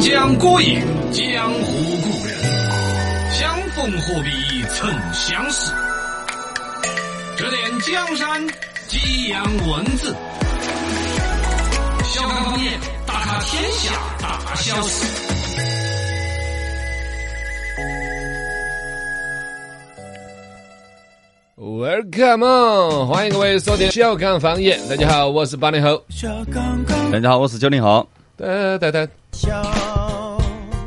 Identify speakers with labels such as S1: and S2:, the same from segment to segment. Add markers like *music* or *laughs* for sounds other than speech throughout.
S1: 江孤影，江湖故人，相逢何必曾相识。指点江山，激扬文字，笑看枫叶，大咖天下大消息。
S2: Welcome on，欢迎各位收听《小岗方言》。大家好，我是八零后。
S3: 小刚刚
S4: 大家好，我是九零后。
S2: 哒哒哒，
S3: 小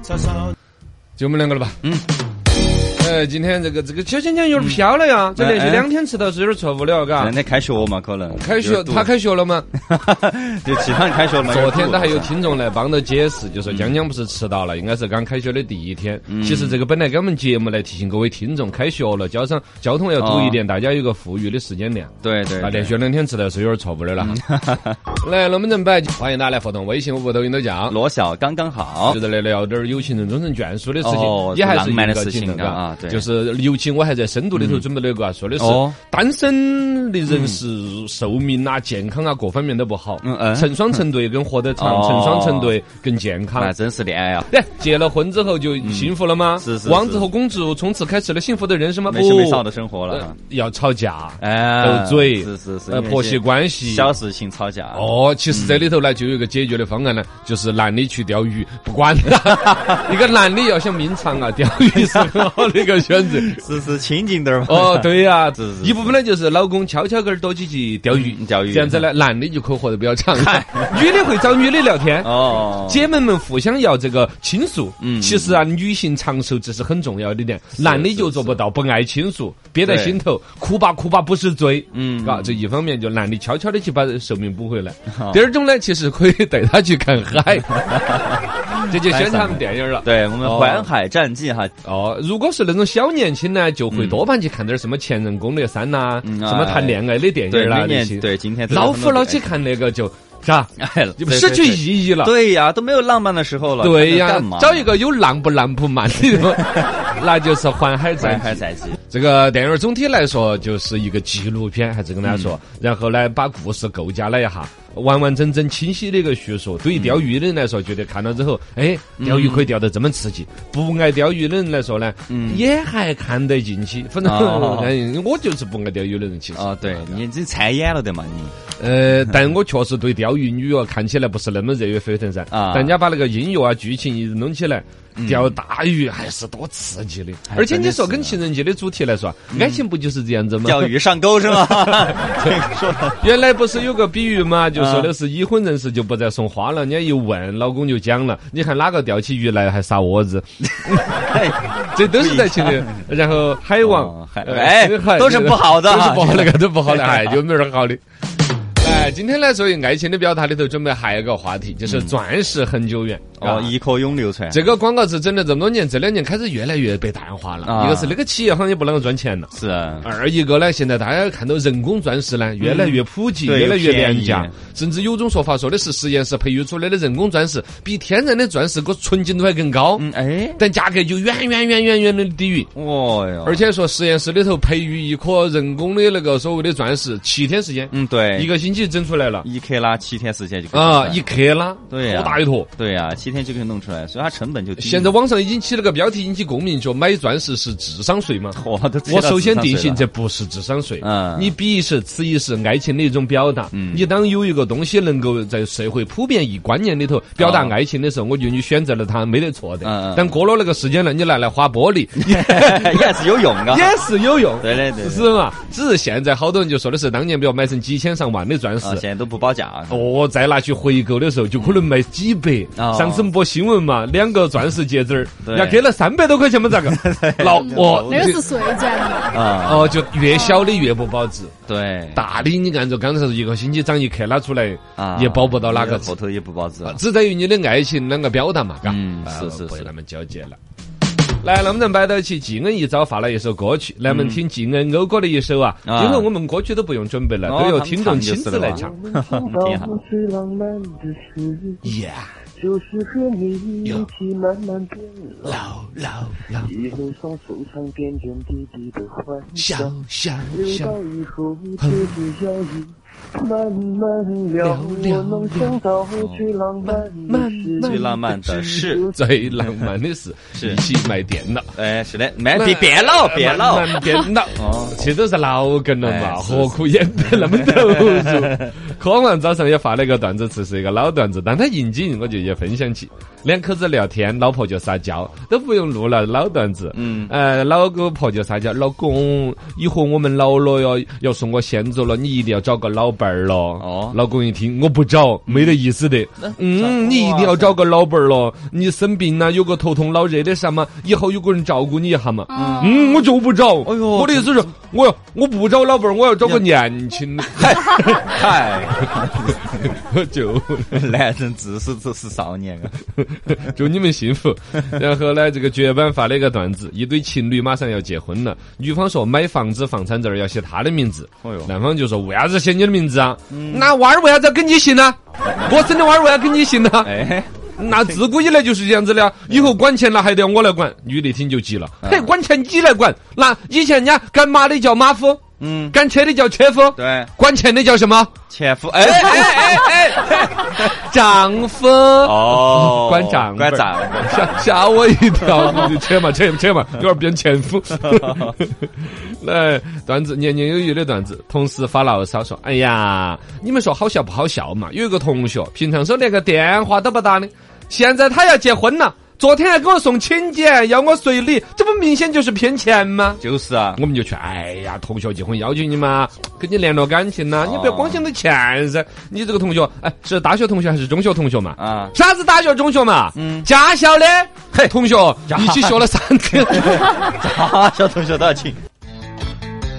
S3: 嫂嫂，
S2: 就我们两个了吧？嗯。呃，今天这个这个小香香有点飘了呀，这连续
S4: 哎哎
S2: 两天迟到是有点错误了，
S4: 这
S2: 嘎
S4: 两。天开学嘛，可能
S2: 啊开学，他，开学了
S4: *laughs*
S2: 吗？
S4: 就其他人开学嘛。
S2: 昨天他还有
S4: 听，
S2: 听众来帮着解释，就说
S4: 嗯
S2: 江江不是迟到了，应该是刚开学的第一天。其实这个本来给我们节目来提醒各位听众，开学了，加上交通要堵一点，
S4: 哦
S2: 大家有个富裕的时间量。
S4: 对对
S2: 啊，
S4: 对嗯
S2: 连续两天迟到是有点错误的了哈。 *laughs* 来，龙门阵摆，欢迎大家来互动，微信、微博、抖音都讲。
S4: 罗小刚刚好
S2: 就。是来聊点儿有情人终成眷属的事
S4: 哦
S2: 情，也还是
S4: 浪漫的
S2: 一个
S4: 事情
S2: 景的
S4: 啊啊对嗯
S2: 就是尤其我还在深度里头准备了一个啊，说的是
S4: 哦
S2: 单身的人是寿命啊、健康啊各方面都不好
S4: 嗯，嗯
S2: 成双成对更活得长，
S4: 哦
S2: 成双成对更健康
S4: 那。真是恋爱啊！
S2: 对，结了婚之后就幸福了吗？
S4: 嗯是是
S2: 王
S4: 是
S2: 子和公主从此开始了幸福的人生吗？
S4: 没羞
S2: 不
S4: 没，臊的生活了
S2: 呃
S4: 哈。
S2: 要吵架，
S4: 哎，
S2: 哦呃斗嘴，
S4: 是是是，
S2: 呃，
S4: 因为
S2: 婆
S4: 一些
S2: 媳关系，
S4: 小事情吵架。
S2: 哦，其实这里头呢，就有一个解决的方案呢，就是男的去钓鱼，不管 *laughs* 他，一个男的要想命长啊，钓
S4: *laughs*
S2: 鱼是很好的一个选择。
S4: 是是亲近点儿嘛。
S2: 哦，，对呀、
S4: 是是
S2: 一部分呢就是老公悄悄个儿躲起去钓鱼，
S4: 嗯钓鱼
S2: 这样子呢，男的就可以活得比较长，女的会找女的聊天。
S4: *laughs* 哦，
S2: 姐妹们互相要这个倾诉，
S4: 嗯
S2: 其实啊，女性长寿这是很重要的一点，男的就做不到，不爱倾诉，憋在
S4: 对
S2: 心头，哭吧哭吧不是罪，
S4: 嗯
S2: 啊，这一方面就男的悄悄的去把寿命补
S4: *laughs*
S2: 回来
S4: 好，
S2: 第二种呢，其实可以带他去看
S4: *laughs*
S2: 海，这就宣传我们电影了。
S4: 对我们
S2: 哦
S4: 《环海战记》哈，
S2: 哦，如果是那种小年轻呢，就会多半去看点儿什么《前任攻略三》呐，
S4: 嗯
S2: 什么谈恋爱的电
S4: 对
S2: 影啦
S4: 每
S2: 那些
S4: 年，对今天都有
S2: 老
S4: 很
S2: 夫
S4: 多
S2: 老
S4: 电
S2: 妻
S4: 影
S2: 看那个就。是吧？
S4: 哎，
S2: 就
S4: 对
S2: 失
S4: 对
S2: 去
S4: 对
S2: 意义了。
S4: 对呀，都没有浪漫的时候了。
S2: 对
S4: 看
S2: 呀
S4: 干嘛，
S2: 找一个有浪不浪不慢的
S4: *laughs*
S2: 人，那就是《环海
S4: 《
S2: 战
S4: 环
S2: 记
S4: 海》。战记》。
S2: 这个电影儿总体来说就是一个纪录片，还是跟大家说，
S4: 嗯
S2: 然后呢，把故事构架了一下，完完整整、清晰的一个叙述。对于钓鱼的人来说，觉得看了之后，哎，
S4: 嗯
S2: 钓鱼可以钓得这么刺激；不爱钓鱼的人来说呢，也还看得进去。反正、
S4: 嗯哦
S2: *laughs* 哎我就是不爱钓鱼的人，其实。
S4: 哦，对你这馋眼了的嘛你。
S2: 呃，但我确实对钓鱼女哦看起来不是那么热血沸腾噻。
S4: 啊嗯
S2: 但人家把那个音乐啊、剧情一弄起来，钓大鱼还是多刺激的。而且你说
S4: 真
S2: 跟
S4: 的是啊嗯
S2: 情人节的主题来说，爱情不就是这
S4: *laughs*
S2: 样子吗？
S4: 钓。鱼上钩是吗？这个说的
S2: *laughs* 原来不是有个比喻嘛，就
S4: 啊
S2: 说的是已婚人士就不再送花了。人家一问，老公就讲了，你看哪个钓起鱼来还撒窝子，
S4: 哎
S2: *laughs* 这都是在情人。然后海王
S4: 哦，海
S2: 呃
S4: 哎
S2: 深海
S4: 都是
S2: 这个
S4: 不好的
S2: 都是
S4: 啊
S2: 不好的，
S4: 这
S2: 那个都不好的，哎，
S4: *laughs*
S2: 有没点好的？哎，今天呢，所以爱情的表达里头，准备还有一个话题，就是钻石恒久远。
S4: 嗯
S2: 啊
S4: 哦，一颗永流传。
S2: 这个广告词整了这么多年，这两年开始越来越被淡化了。
S4: 啊
S2: 一个是那个企业好像也不啷个赚钱了。
S4: 是
S2: 二一个呢，现在大家看到人工钻石呢，越来越普及，
S4: 嗯对
S2: 越来越廉价
S4: 便宜，
S2: 甚至有种说法说的是实验室培育出来的人工钻石比天然的钻石个纯净度还更高，
S4: 嗯哎，
S2: 但价格就远远远远远的低于。
S4: 哦哟，
S2: 而且说实验室里头培育一颗人工的那个所谓的钻石，七天时间，
S4: 嗯对，
S2: 一个星期整出来了
S4: 一克拉七天时间就可以
S2: 啊，
S4: 弄出来
S2: 一克拉，
S4: 对呀
S2: 好大一坨。
S4: 对呀，七天就可以弄出来，所以它成本就低。 *laughs*
S2: 现在网上已经起了个标题引起共鸣，叫“买钻石是智商税”嘛。
S4: *laughs* 我都
S2: 我首先定性，
S4: 这
S2: 这不是智商税。
S4: 嗯
S2: 你比一是，此一时，爱情的一种表达。你当有一个东西能够在社会普遍一观念里头表达
S4: 哦
S2: 爱情的时候，我觉得你选择了它没得错
S4: 嗯
S2: 的
S4: 嗯。
S2: 但过了那个时间了，你拿来划玻
S4: *laughs*
S2: 璃
S4: 也是有用
S2: *laughs*
S4: 的。
S2: 也是有用。
S4: 啊对的对的，
S2: 是嘛？只是现啊在好多人就说的是，当年比如买成几千上万的钻石
S4: 啊，，现在都不报价。
S2: 哦，再拿去回购的时候就可能卖几百。
S4: 哦
S2: 上次播新闻嘛，两个钻石戒指儿，
S4: 对
S2: 人家给了三百多块钱嘛，咋个？老哦，
S5: 那个是碎钻嘛，
S4: 啊，
S2: 哦，就越小的越不保值，
S4: 对
S2: 大的你按照刚才说一个星期长一克拉出来，
S4: 啊，
S2: 也保不到哪个啊值
S4: 后。头也不啊保值了。
S2: 只在于你的爱情啷个表达嘛，嘎，
S4: 嗯
S2: 啊
S4: 是是
S2: 不
S4: 是
S2: 那么纠结了。来，能不能摆到起？季恩一早发了一首歌曲，来我们听季恩讴歌的一首啊，
S4: 嗯啊
S2: 因为我们歌曲都不用准备了，
S4: 哦
S2: 都由
S4: 他们
S2: 听众
S4: 唱就
S2: 亲
S4: *laughs* 是
S2: 自
S4: 了
S2: 来
S4: 嘛
S2: 唱。
S4: 我们听一下。
S2: Yeah，
S5: 就是和你一起慢慢变老，
S6: 老老老，
S5: 一路上收藏点点滴滴的欢
S6: 笑
S5: 笑。
S6: 笑
S5: 留
S6: 笑
S5: 到，以后日子摇曳，慢慢聊。
S6: 嗯聊哦
S5: 我能想到最浪漫的事
S4: 最
S5: 情，
S4: 浪漫
S2: *laughs* 最浪漫
S4: 的事，
S5: 就
S2: 的事，
S4: 是
S2: 一起卖电脑。
S4: 哎，是的，慢别别闹，别闹，
S2: 慢慢变老
S4: *laughs* 哦，
S2: 这都是老梗了嘛，
S4: 哎是
S2: 何苦演得那么投入？科王早上也发了一个段子，其实一个老段子，但他应景，我就也分享起。两口子聊天，老婆就撒娇，都不用录了，老段子。
S4: 嗯
S2: 呃，老公婆就撒娇，老公，以后我们老了哟，要是我先走了，你一定要找个老伴儿咯。
S4: 哦
S2: 老公一听，我不找，没得意思的。嗯，你一定要找个老伴儿咯。你生病了，有个头痛脑热的啥嘛，以后有个人照顾你一下嘛。嗯，我就不找。
S4: 哎呦
S2: 我的意思是，我要我不找老伴儿，我要找个年轻的。 *laughs*
S4: 嗨，
S2: 我就 *laughs*
S4: *laughs* 男人自始至是少年啊，
S2: 祝你们幸
S4: *laughs*
S2: 福。然后呢，这个绝版发了一个段子，一对情侣马上要结婚了，女方说买房子房产证儿要写她的名字，
S4: 哎呦嗯
S2: 男方就说为啥子写你的名字啊？那娃儿为啥子要跟你姓呢？我生的娃儿为啥跟你姓呢？
S4: 哎，
S2: 那自古以来就是这样子的啊！以后管钱了还得我来管。女的听就急了，
S4: 哎
S2: 嘿，管钱你来管。那以前人家赶马的叫马夫，
S4: 嗯，
S2: 赶车的叫车夫，
S4: 对，
S2: 管钱的叫什么？
S4: 前夫，哎哎哎哎，
S2: 丈夫。 *laughs*
S4: 哦，
S2: 管账，
S4: 管账，
S2: 吓吓我一跳！你就扯嘛扯扯嘛，有点变前夫。来，段子年年有余的段子，同事发牢骚说：“哎呀，你们说好笑不好笑嘛？有一个同学平常说连个电话都不打的，现在他要结婚了，昨天还给我送请柬，要我随礼，这不明显就是骗钱吗？”
S4: 就是啊，
S2: 我们就劝，哎呀，同学结婚要求你嘛，跟你联络感情
S4: 哦
S2: 呐、你不要光想着钱噻。你这个同学，哎，是大学同学还是中学同学嘛？
S4: 啊， *laughs*
S2: 啥子大学、中学嘛？
S4: 嗯
S2: 驾校的，嘿，同学一起学了三
S4: *laughs*
S2: 天。
S4: 哈，小同学都要请，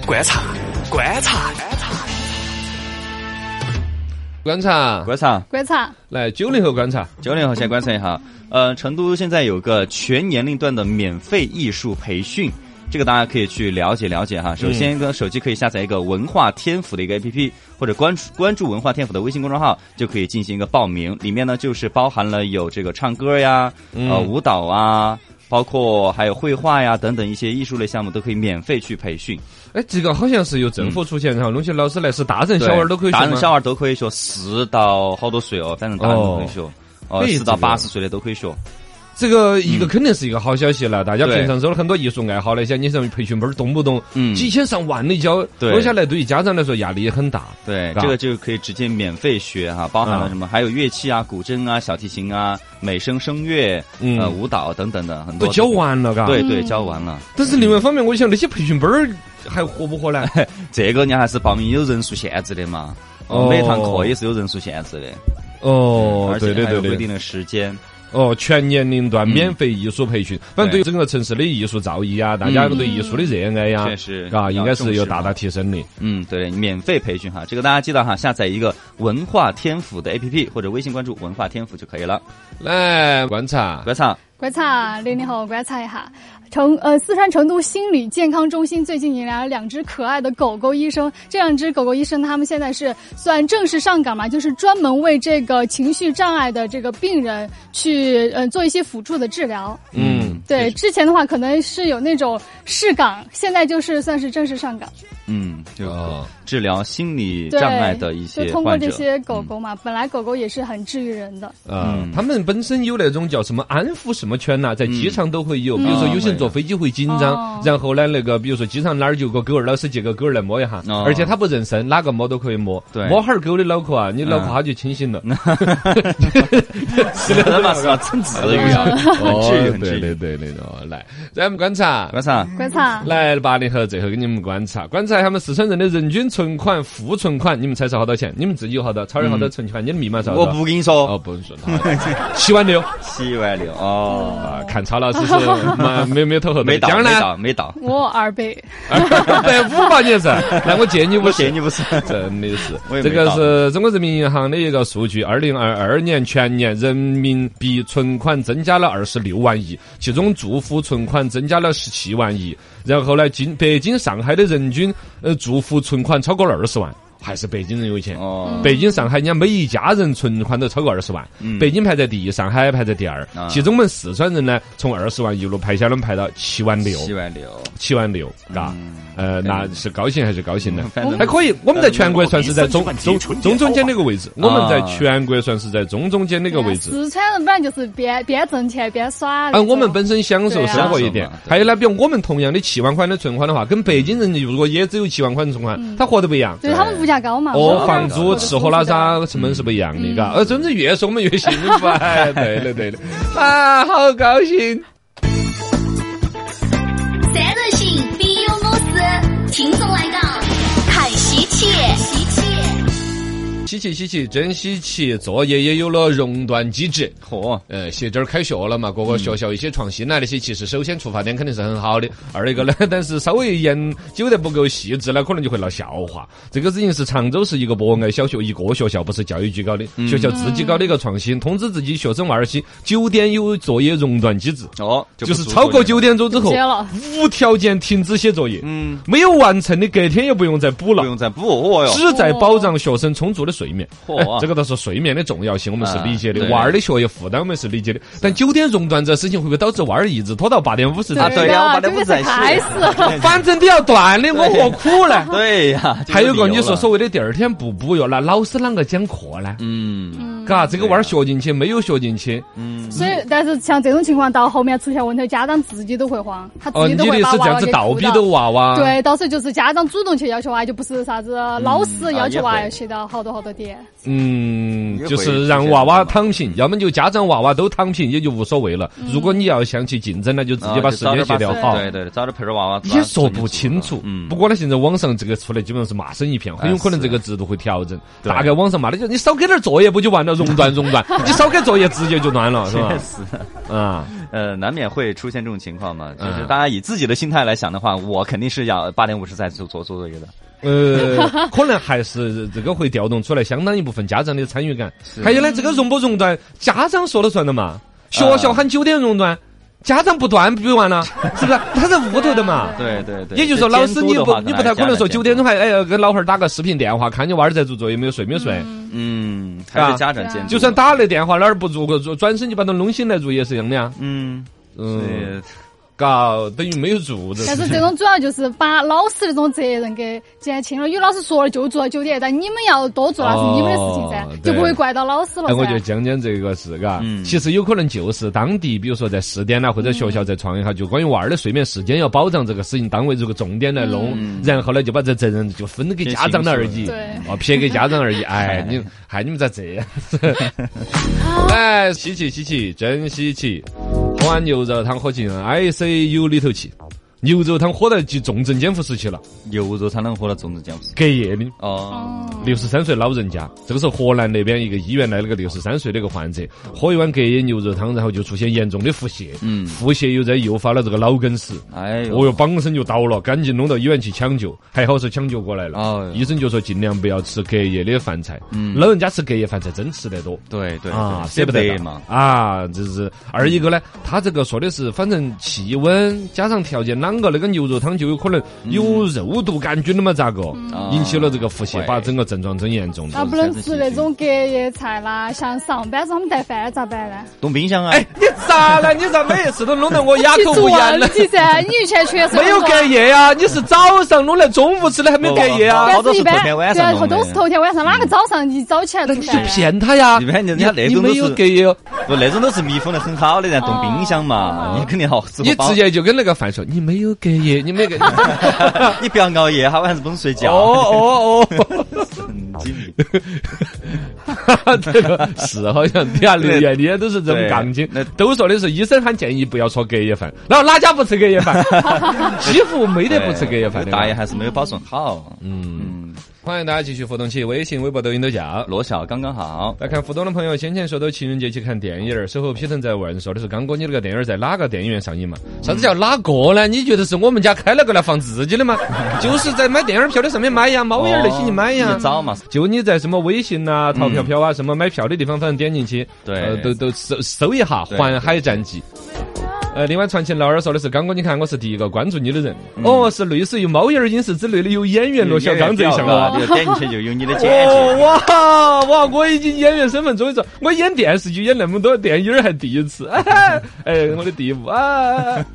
S6: 观察观察，
S2: 观察，
S4: 观察。
S7: 观察，
S2: 来，九零后观察，
S4: 九零后先观察一下，呃，成都现在有个全年龄段的免费艺术培训。这个大家可以去了解了
S2: 嗯
S4: 解哈。首先，一个手机可以下载一个文化天府的一个 APP，或者关注关注文化天府的微信公众号，就可以进行一个报名。里面呢，就是包含了有这个唱歌呀，
S2: 嗯
S4: 呃，舞蹈啊，包括还有绘画呀等等一些艺术类项目，都可以免费去培训。
S2: 哎，这个好像是由政府出钱，然后弄些老师来，是大人小娃儿都可以学
S4: 大人
S2: 吗
S4: 小娃儿都可以学，四到好多岁哦，反正大人都可以学，哦，
S2: 对
S4: 四到
S2: 这个
S4: 八十岁的都可以学。
S2: 这个一个肯定是一个好消息了，大家
S4: 嗯对
S2: 平常收了很多艺术爱好那些，你像培训班儿动不动
S4: 嗯
S2: 几千上万的交，
S4: 对
S2: 弄下来对于家长来说压力也很大。
S4: 对，
S2: 嘎
S4: 这个就可以直接免费学哈、包含
S2: 嗯
S4: 了什么？还有乐器啊、古筝啊、小提琴啊、美声声乐、
S2: 嗯
S4: 呃舞蹈等等的很
S2: 都
S4: 多。
S2: 教完了，嘎。
S4: 对
S7: 嗯
S4: 对，教完了。
S2: 但是另外一方面，我想那些培训班儿还火不火呢？
S4: 这个你还是报名有人数限制的嘛？
S2: 哦
S4: 哦，每堂课也是有人数限制的，
S2: *laughs* 哦
S4: 而且
S2: 对对
S4: 还有
S2: 对
S4: 规
S2: 对
S4: 定，的时间。
S2: 哦，全年龄段免费艺术培训，反正对嗯
S4: 对
S2: 于整个城市的艺术造诣呀，大家对艺术的热爱呀，
S4: 确实
S2: 啊，应该是有大
S4: 要重视嘛
S2: 大提升的。
S4: 嗯，对，免费培训哈，这个大家记得哈，下载一个文化天府的 APP 或者微信关注文化天府就可以了。
S2: 来观察，
S4: 观察，
S7: 观察，零零后观察一下。成呃，四川成都心理健康中心最近迎来了两只可爱的狗狗医生。这两只狗狗医生，他们现在是算正式上岗嘛，就是专门为这个情绪障碍的这个病人去呃做一些辅助的治疗。
S2: 嗯，
S7: 对，之前的话可能是有那种试岗，现在就是算是正式上岗。
S4: 嗯，就
S2: 哦
S4: 治疗心理
S7: 对，
S4: 障碍的一些
S7: 就通过
S4: 患者。
S7: 这些狗狗嘛，本来狗狗也是很治愈人的。
S2: 啊
S4: 嗯，
S2: 他们本身有那种叫什么安抚什么圈呐，在机场都会有，比
S4: 嗯
S2: 如说有些人坐飞机会紧张
S7: 哦，
S2: 然后呢，那个比如说机场哪儿有个狗儿，老师借个狗儿来摸一下，
S4: 哦
S2: 而且它不认生，哪个摸都可以摸，
S4: 对
S2: 摸哈儿狗的脑壳啊，你脑壳它就清醒了，
S4: 是的嘛，是吧？真治愈啊，很治愈，
S2: 哦对
S4: 很治
S2: 对
S4: 愈。
S2: 对对，哦，来，咱们观察，
S4: 观察，
S7: 观察，
S2: 来，八零后最后给你们观察，观察他们四川人的人均存款、负存款，你们猜是好多钱？你们自己有好多，超人好多存款，你的密码是好
S4: 我
S2: 多？
S4: 不跟你说
S2: 哦，，不是，七万六
S4: 七万六哦，
S2: 啊！看超老师是没没有没有投后
S4: 没
S2: 腿，
S4: 到，
S2: 江
S4: 没
S2: 呢？
S4: 到，没到，
S7: 我二倍。
S2: 二百五吧，你也是？那我借你五
S4: 我
S2: 十
S4: 嫌。你不是，
S2: *laughs* 真的是
S4: 我，也
S2: 这
S4: 没
S2: 个
S4: 到
S2: 是中国人民银行的一个数据，二零二二年全年人民币存款增加了二十六万亿，其中住户存款增加了十七万亿，然后呢，京北京、上海的人均呃住户存款超过了二十万。还是北京人有钱。
S4: 哦，
S2: 北京、上海，人家每一家人存款都超过二十万，北京排在第一，上海排在第二
S4: 嗯啊。
S2: 其中我们四川人呢，从二十万一路排下来，我们排到七万六，
S4: 七万六，
S2: 七万六，嘎。呃，那是高兴还是高兴呢？
S4: 反正
S2: 还可以，我们在全国算是在中
S6: 反正
S2: 中中中间那个位置，我们在全国算是在中中间那
S7: 那
S2: 个位置。
S7: 四川人本来就是边边挣钱边耍。
S2: 啊，我们本身享受
S7: 对啊
S2: 生活一点
S4: 享受嘛，对
S2: 还有呢，比如我们同样的七万块的存款的话，跟北京人如果也只有七万块的存款，他活得不一样。
S7: 嗯对啊他们物价高嘛，
S2: 哦，
S7: 我们
S2: 房
S7: 那儿
S2: 租、吃喝拉
S7: 啊
S2: 撒成本是不一样的，
S7: 嗯
S2: 嘎。呃，真正越说我们越兴奋，哎对的对的，啊，好高兴。
S8: 三人行必有我师，听众来港看稀奇，稀奇，
S2: 稀奇稀奇，真稀奇！作业也有了熔断机制。
S4: 嚯，
S2: 呃，现在儿开学了嘛，各个
S4: 嗯
S2: 学校一些创新啊那些，其实首先出发点肯定是很好的。二一个呢， *laughs* 但是稍微研究得不够细致呢，可能就会闹笑话。这个事情是常州市一个博爱小学一个学校，不是教育局搞的，
S4: 嗯
S2: 学校自己搞的一个创新，通知自己学生娃儿些九点有作业熔断机制。
S4: 哦，
S2: 就
S4: 不
S2: 是
S4: 足
S2: 超过
S4: 够
S2: 九点钟之后
S7: 歇了，
S2: 无条件停止写作业，嗯，没有完成的隔天也不用再补
S4: 不
S2: 了，
S4: 用再补哦哟，
S2: 旨在保障学生充足的睡眠。
S4: 嚯
S2: 哎这个倒是睡眠的重要性，我们是理解
S4: 啊
S2: 的，
S4: 对
S2: 娃儿的学业负担我们是理解的，但九点熔断这事情会不会导致娃儿一直拖到八点五十才
S4: 啊，
S2: 睡
S4: 对
S7: 对
S4: 呀，
S7: 啊
S4: 我把那
S7: 这
S4: 不
S7: 个
S4: 再
S7: 才开
S4: 写，
S7: 始
S2: 反正你要断的，我何苦呢？
S4: *laughs* 对呀，这
S2: 还有个
S4: 理由
S2: 你说
S4: 了
S2: 所，谓的第二天不补药，那老师啷个讲课呢？
S4: 嗯，
S2: 嘎，这个娃儿学进去没有学进去？
S7: 所以，但是像这种情况到后面出现问题，家长自己都会慌，他
S2: 哦，
S7: 自己
S2: 你
S7: 都
S2: 的
S7: 会
S2: 意
S7: 把
S2: 思这
S7: 娃
S2: 样
S7: 娃
S2: 子
S7: 给
S2: 倒
S7: 辅
S2: 逼
S7: 导
S2: 着。娃娃？
S7: 对，到时候就是家长主动去要求娃，就不是啥子老师要求
S4: 啊
S7: 娃
S4: 也会
S7: 要学到好多好多点。
S2: 嗯
S4: 也，
S2: 就
S4: 会
S2: 是
S4: 出
S2: 让
S4: 现
S2: 娃
S4: 这
S2: 娃
S4: 种
S2: 躺平，要么就家长娃娃都躺平，也就无所谓了。如果你要想去竞争，那就直
S4: 嗯啊
S2: 接把
S4: 就
S2: 时
S4: 早
S2: 间
S4: 点
S2: 协
S4: 把
S2: 调
S4: 自己
S2: 好。
S4: 对对，对早点陪着娃娃，
S2: 也说不清楚，
S4: 嗯，哎
S2: 不过呢，现在网上这个出来基本上是骂声一片，很有可能这个制度会调整。
S4: 对
S2: 大概网上骂的就你少给点儿作业不就
S4: *laughs*
S2: 完了？熔断熔断，你少给作业直接就断了，是吧？啊，
S4: 呃，难免会出现这种情况嘛，就是
S2: 嗯
S4: 大家以自己的心态来想的话，我肯定是要八点五十再做做做作业的。 *laughs*
S2: 呃，可能还是这个会调动出来相当一部分家长的参与感。还有呢，这个熔不熔断，家长说了算的
S4: 啊
S2: 嘛。学校喊九点熔断，家长不断不完
S4: *laughs*
S2: 了，是不是？他在屋头的嘛。
S4: 对对对，
S2: 也就是说，
S4: 这
S2: 老
S4: 监
S2: 师
S4: 督
S2: 你
S4: 的
S2: 不
S4: 话
S2: 你不太可能说九点钟，
S4: 还
S2: 还哎呀跟老汉儿打个视频电话，看你娃儿在做作业没有睡没有睡。
S4: 得家长监督嗯，还是家长监督，
S2: 啊就算打了电话哪儿不做过，做转身就把他弄醒来做也是一样的呀。
S4: 嗯，
S2: 嗯，
S4: 对
S2: 搞等于没有做的。
S7: 但是这种主要就是把老师的这种责任给减轻了。有老师说了就做九点，但你们要多做那是你们的事情噻
S2: 哦，
S7: 就不会
S2: 对
S7: 怪到老师了
S2: 哎，我就
S7: 噻。
S2: 讲讲这个事，嘎。
S4: 嗯
S2: 其实有可能就是当地，比如说在试点啦，啊或者学校在创一下，就关于娃儿的睡眠时间要保障这个事情，单位如果重点来弄，然后呢就把这责任就分给家长了而已，
S4: 偏
S7: 清楚了
S2: 哦，撇给家长而已。哎，你嗨，你们咋这样子？哎，稀奇稀奇，真稀奇！喝完牛肉汤喝进 ICU 里头去，牛肉汤喝到去重症监护室去了，
S4: 牛肉才能活到粽子酱不是？
S2: 隔夜的。
S4: 哦，
S2: 六十三岁老人家，这个时候河南那边一个医院来了个六十三岁的一个患者，喝一碗隔夜牛肉汤，然后就出现严重的腹泻，
S4: 嗯
S2: 腹泻又在诱发了这个脑梗死，
S4: 哎
S2: 哦哟，
S4: 呦，
S2: 绑身就倒了，赶紧弄到医院去抢救，还好是抢救过来了。
S4: 哦嗯
S2: 医生就说尽量不要吃隔夜的饭菜，老人家吃隔夜饭菜真吃得多。
S4: 对对
S2: 啊，
S4: 舍
S2: 舍
S4: 不
S2: 不
S4: 得
S2: 得
S4: 嘛，
S2: 啊，这是二一个呢，他这个说的是，反正气温加上条件，啷个那个牛肉汤就有可能有肉毒杆菌了嘛？咋个
S4: 嗯
S2: 引起了这个腹泻，
S4: 会
S2: 把整个症状整严重
S7: 那
S2: 了。
S7: 不能吃那种隔夜菜啦，像上班时候他们带饭咋办呢？
S4: 冻冰箱啊，
S2: 哎，你咋了？你咋每一次都弄得我哑
S7: *laughs* 去
S2: 口
S7: 做啊
S2: 无言
S7: 忘
S2: 呢？
S7: 记噻，你以前缺少
S2: 没有隔夜呀、你是早上弄来中午吃的，还没隔夜啊？
S7: 但
S4: 好多
S7: 是
S4: 是
S7: 一般
S4: 头天晚上
S7: 对
S4: 弄的
S7: 都是头天晚上，哪个
S2: 嗯
S7: 早上一早起来做
S2: 你就
S7: 饭啊呢？
S2: 骗他呀！
S4: 一般人
S2: 你
S4: 家那
S2: 你
S4: 种都
S2: 没有
S4: 是
S2: 隔夜哦，
S4: 不那种都是密封的很好的，然后冻冰箱嘛，
S7: 哦
S4: 你肯定好吃不
S2: 你
S4: 饱
S2: 直接就跟那个饭说你没有隔夜，你没 *laughs* 隔。 *laughs*
S4: 你不要熬夜，哈，晚上不能睡觉。
S2: 哦哦 *laughs* 哦！
S4: 神经病，
S2: *laughs* 这个是好像底下留言的也都是这么杠精
S4: 对，
S2: 都说的是医生喊建议不要吃隔夜饭，然后哪家不吃隔夜 *laughs* 饭？几乎没得不吃隔夜饭的。
S4: 大爷还是没有保存好。
S2: 嗯
S4: 嗯，
S2: 欢迎大家继续互动起，微信、微博、抖音都叫。
S4: 落效刚刚好。
S2: 来看互动的朋友，先前说到情人节去看电影儿，守候 P 城在问，说的是刚哥，你那个电影儿在哪个电影院上映嘛？啥子叫哪个呢？你觉得是我们家开了个来放自己的吗？就是在买电影票的上面买呀，猫眼儿那些你买呀。
S4: 哦你找嘛。
S2: 就你在什么微信呐、淘票票啊、什么买票的地方，反正点进去，
S4: 对
S2: 呃都都搜搜一下《
S4: 对
S2: 环海战记》。呃，另外传奇老二说的是，刚哥，你看我是第一个关注你的人，
S4: 嗯
S2: 哦，是类似于猫眼儿影视之类的有演员罗小刚这一项
S4: 啊，
S2: 啊。
S4: 这个点进去就有你的简
S2: 哦
S4: 介。
S2: 哇哇！我已经演员身份终于说，我演电视剧演那么多电影儿还第一次， *laughs* 哎，我的第一部
S4: *laughs*
S2: 啊！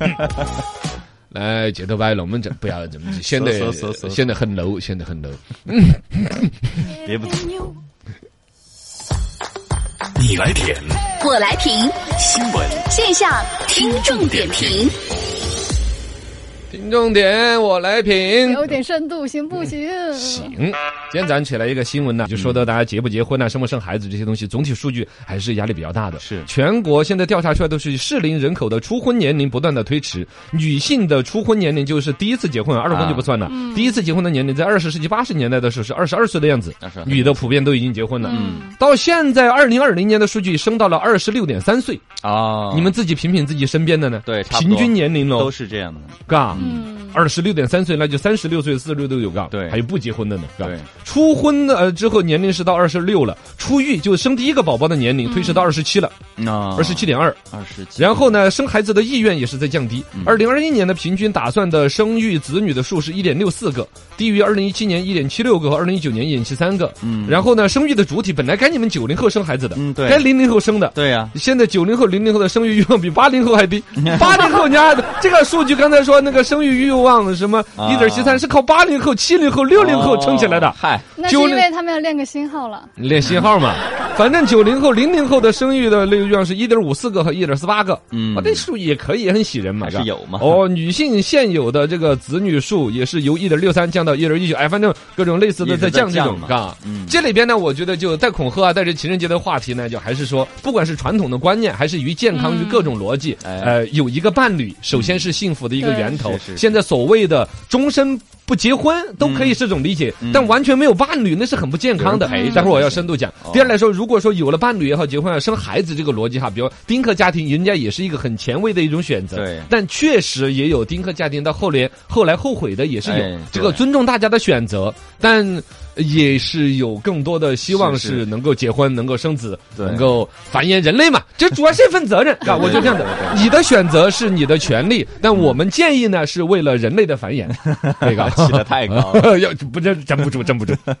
S2: 来，街头摆龙门阵，不要这么显得
S4: 搜搜搜搜
S2: 显得很 low，显得很 low。
S4: 也不
S6: 你来点
S8: 我来评，
S6: 新闻
S8: 线下听众点评。
S2: 听众点，我来评。
S7: 有点深度行
S2: 嗯
S7: 不行？
S2: 行，今天早上起来一个新闻呢，就说到大家结不结婚啊、生不生孩子这些东西，总体数据还是压力比较大的。
S4: 是
S2: 全国现在调查出来都是适龄人口的初婚年龄不断的推迟，女性的初婚年龄就是第一次结婚，二婚就不算了。第一次结婚的年龄在二十世纪八十年代的时候是二十二岁的样子
S4: 22，
S2: 女的普遍都已经结婚了。
S4: 嗯
S2: 到现在二零二零年的数据升到了二十六点三岁，
S4: 啊，
S2: 你们自己品品自己身边的呢？
S4: 对差不多
S2: 平均年龄喽
S4: 都，是这样的，
S2: 嘎。
S7: 嗯，
S2: 二十六点三岁，那就三十六岁、四十六都有嘎，
S4: 对
S2: 还有不结婚的呢，嘎
S4: 对
S2: 初婚的呃之后年龄是到二十六了，出狱就生第一个宝宝的年龄推迟到二十七了，
S4: 啊
S2: 二十七点二。
S4: 二十七，
S2: 然后呢，生孩子的意愿也是在降低。
S4: 嗯
S2: 二零二一年的平均打算的生育子女的数是一点六四个，低于二零一七年一点七六个和二零一九年一点七三个。
S4: 嗯
S2: 然后呢，生育的主体本来该你们九零后生孩子的，
S4: 嗯对
S2: 该零零后生的，
S4: 对呀，
S2: 现在九零后、零零后的生育欲望比八零后
S4: *laughs*
S2: 还低，八零后你还这个数据，刚才说那个生育欲望什么
S4: 啊
S2: 一点七三，是靠八零后、七零后、六零后撑起来的
S4: 哦。嗨，
S7: 那是
S2: 就
S7: 因
S2: 那
S7: 为他们要练个新号了。
S2: 练信号嘛，反正九零后、零零后的生育的那个欲望是一点五四个和一点四八个，
S4: 嗯
S2: 啊，这数也可以，也很喜人嘛，
S4: 还是
S2: 吧
S4: 有嘛
S2: 哦，女性现有的这个子女数也是由一点六三降到一点一九，哎，反正各种类似的
S4: 一直在
S2: 降这种
S4: 降，嘛
S2: 嘎
S4: 嗯，
S2: 这里边呢，我觉得就带恐吓啊，带着情人节的话题呢，就还是说，不管是传统的观念，还是于健康于各种逻辑，
S4: 哎
S2: 呃，有一个伴侣，首先是幸福的一个
S7: 对
S2: 源头
S4: 是是。是嗯
S2: 现在所谓的终身。不结婚都可以是种理解，但完全没有伴侣那是很不健康的嗯
S4: 有人陪。着
S2: 待会儿我要
S4: 才行
S2: 深度讲。
S4: 哦
S2: 第二来说，如果说有了伴侣也好，结婚啊、生孩子这个逻辑哈，比如丁克家庭，人家也是一个很前卫的一种选择。
S4: 对
S2: 但确实也有丁克家庭到后来后来后悔的也是有。
S4: 哎
S2: 这个
S4: 对
S2: 尊重大家的选择，但也是有更多的希望
S4: 是是
S2: 是能够结婚、能够生子、
S4: 对
S2: 能够繁衍人类嘛。这主要是一份责
S4: *laughs*
S2: 任，啊，我就这样的。你的选择是你的权利，但我们建议呢，是为了人类的繁
S4: *laughs*
S2: 衍。这个
S4: 起得太高
S2: *laughs*
S4: 了，
S2: 要不这站不住，站不住。 *laughs*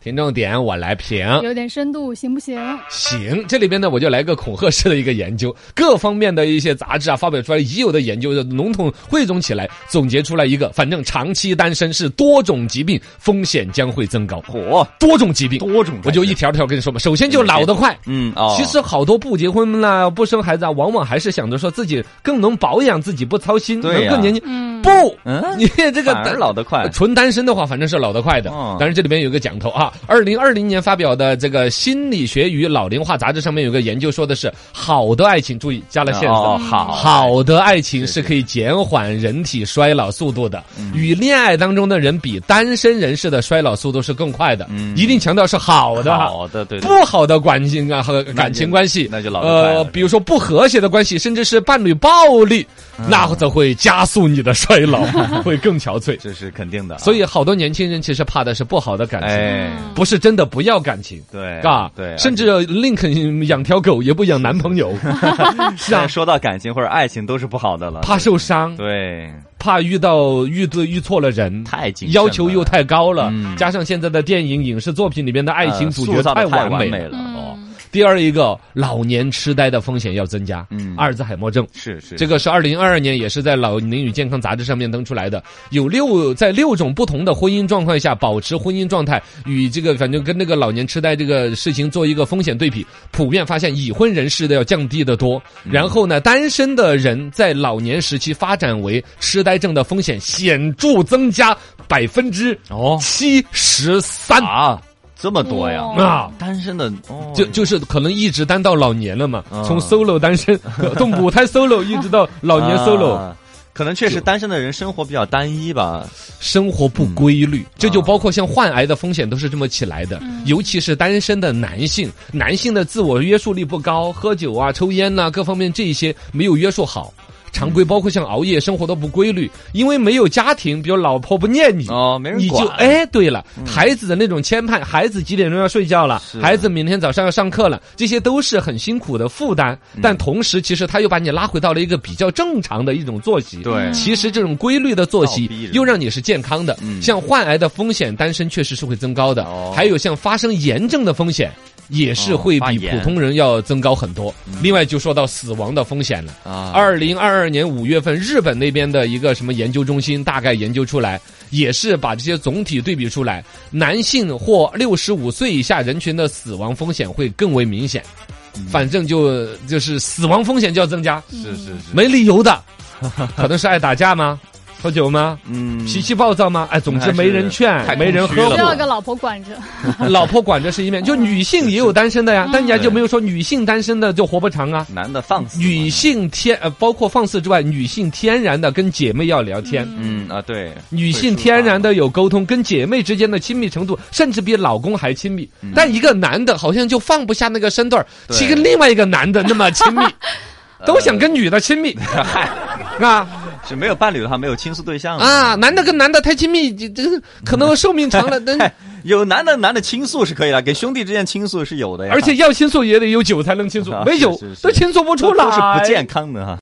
S2: 听众点我来评，
S7: 有点深度行不行？
S2: 行，这里边呢，我就来个恐吓式的一个研究，各方面的一些杂志啊发表出来已有的研究，笼统汇总起来，总结出来一个，反正长期单身是多种疾病风险将会增高，
S4: 火
S2: 多种疾病，
S4: 多种，
S2: 我就一，条条跟你说吧。首先就老得快，
S4: 嗯哦，
S2: 其实好多不结婚啦、不生孩子啊，往往还是想着说自己更能保养自己，不操心，
S4: 对
S2: 能
S4: 呀
S2: 更年轻。
S7: 嗯
S2: 不，
S4: 嗯
S2: 你这个
S4: 反而老得快
S2: 呃纯单身的话，反正是老得快的。
S4: 哦
S2: 当然这里边有一个讲头啊，二零二零年发表的这个《心理学与老龄化》杂志上面有个研究说的是，好的爱情，注意加了线索。
S4: 哦好
S2: 好的爱情是可以减缓人体衰老速度的，
S4: 嗯
S2: 与恋爱当中的人比，单身人士的衰老速度是更快的。
S4: 嗯
S2: 一定强调是好的哈，
S4: 好的，对对，
S2: 不好的感情啊和感情关系，
S4: 那就老得快
S2: 呃
S4: 了，
S2: 比如说不和谐的关系，甚至是伴侣暴力，
S4: 嗯
S2: 那则会加速你的衰
S4: *laughs*
S2: 老，会更憔悴。
S4: 这是肯定的啊，
S2: 所以好多年轻人其实怕的是不好的感情，
S4: 哎，
S2: 不是真的不要感情。
S4: 对，
S2: 嘎，
S4: 对，
S2: 甚至宁肯养条狗也不养男朋友，是
S4: 但
S2: 啊，
S4: 哎说到感情或者爱情都是不好的了，
S2: *laughs* 怕受伤，
S4: 对，
S2: 怕遇到遇对遇错了人，
S4: 太谨慎
S2: 要求又
S4: 了
S2: 太高了，
S4: 嗯
S2: 加上现在的电影影视作品里面的爱情
S4: 呃
S2: 主
S4: 塑
S2: 角
S4: 造得太
S2: 完
S4: 完
S2: 了
S4: 美了哦，
S2: 第二一个，老年痴呆的风险要增加。
S4: 嗯
S2: 阿尔兹海默症。
S4: 是是
S2: 这个是二零二二年，也是在《老龄与健康》杂志上面登出来的。有六在六种不同的婚姻状况下保持婚姻状态，与这个反正跟那个老年痴呆这个事情做一个风险对比，普遍发现已婚人士的要降低得多。
S4: 嗯
S2: 然后呢，单身的人在老年时期发展为痴呆症的风险显著增加百分之
S4: 哦
S2: 七十三
S4: 啊，这么多呀，
S7: 哇
S2: 啊！
S4: 单身的哦，
S2: 就就是可能一直单到老年了嘛，
S4: 啊
S2: 从 solo 单身从母胎 solo 一直到老年 solo，、
S4: 啊可能确实单身的人生活比较单一吧，
S2: 生活不规
S4: 嗯
S2: 律，这
S4: 啊
S2: 就包括像患癌的风险都是这么起来的，尤其是单身的男性，男性的自我约束力不高，喝酒啊、抽烟呐、各方面这一些没有约束好。常
S4: 嗯
S2: 规，包括像熬夜、生活都不规律，因为没有家庭，比如老婆不念你，
S4: 哦，没人
S2: 你
S4: 管。嗯
S2: 就哎，对了，孩子的那种牵绊，孩子几点钟要睡觉了
S4: 是，啊
S2: 孩子明天早上要上课了，这些都是很辛苦的负担。
S4: 嗯
S2: 但同时，其实他又把你拉回到了一个比较正常的一种作息。
S4: 对
S2: 其实这种规律的作息
S4: 倒逼人
S2: 又让你是健康的。像患癌的风险，单身确实是会增高的
S4: 嗯哦，
S2: 还有像发生炎症的风险。也是会
S4: 哦发
S2: 比
S4: 炎嗯
S2: 普通人要增高很多。另外，就说到死亡的风险了。
S4: 啊，
S2: 二零二二年五月份，日本那边的一个什么研究中心，大概研究出来，也是把这些总体对比出来，男性或六十五岁以下人群的死亡风险会更为明显。反正就就是死亡风险就要增加，
S4: 嗯是是是，
S2: 没理由的，可能是爱打架吗？喝酒吗？
S4: 嗯，
S2: 脾气暴躁吗？哎，总之没人
S4: 还是
S2: 劝，没人
S4: 太空虚
S2: 呵
S4: 了
S7: 需
S4: 吧
S7: 要
S2: 护，
S7: 个老婆管着。
S2: *laughs* 老婆管着是一面，就女性也有单身的呀，但人家就
S4: 对
S2: 没有说女性单身的就活不长啊。
S4: 男的放肆嘛，
S2: 女性天呃，包括放肆之外，女性天然的跟姐妹要聊天，
S4: 嗯啊对，
S2: 女性天然的有沟通，跟姐妹之间的亲密程度甚至比老公还亲密。但一个男的好像就放不下那个身段儿，
S4: 嗯对
S2: 去跟另外一个男的那么亲
S4: *laughs*
S2: 密，都想跟女的亲密，啊
S4: 呃是没有伴侣的话，没有倾诉对象了。
S2: 啊，男的跟男的太亲密，这这可能寿命长
S4: *laughs*
S2: 了，但
S4: 哎，有男的男的倾诉是可以的，给兄弟之间倾诉是有的呀。
S2: 而且要倾诉也得有酒才能倾诉
S4: 啊，
S2: 没
S4: 是
S2: 酒
S4: 是是
S2: 都倾诉不出来，
S4: 都是不健康的哈。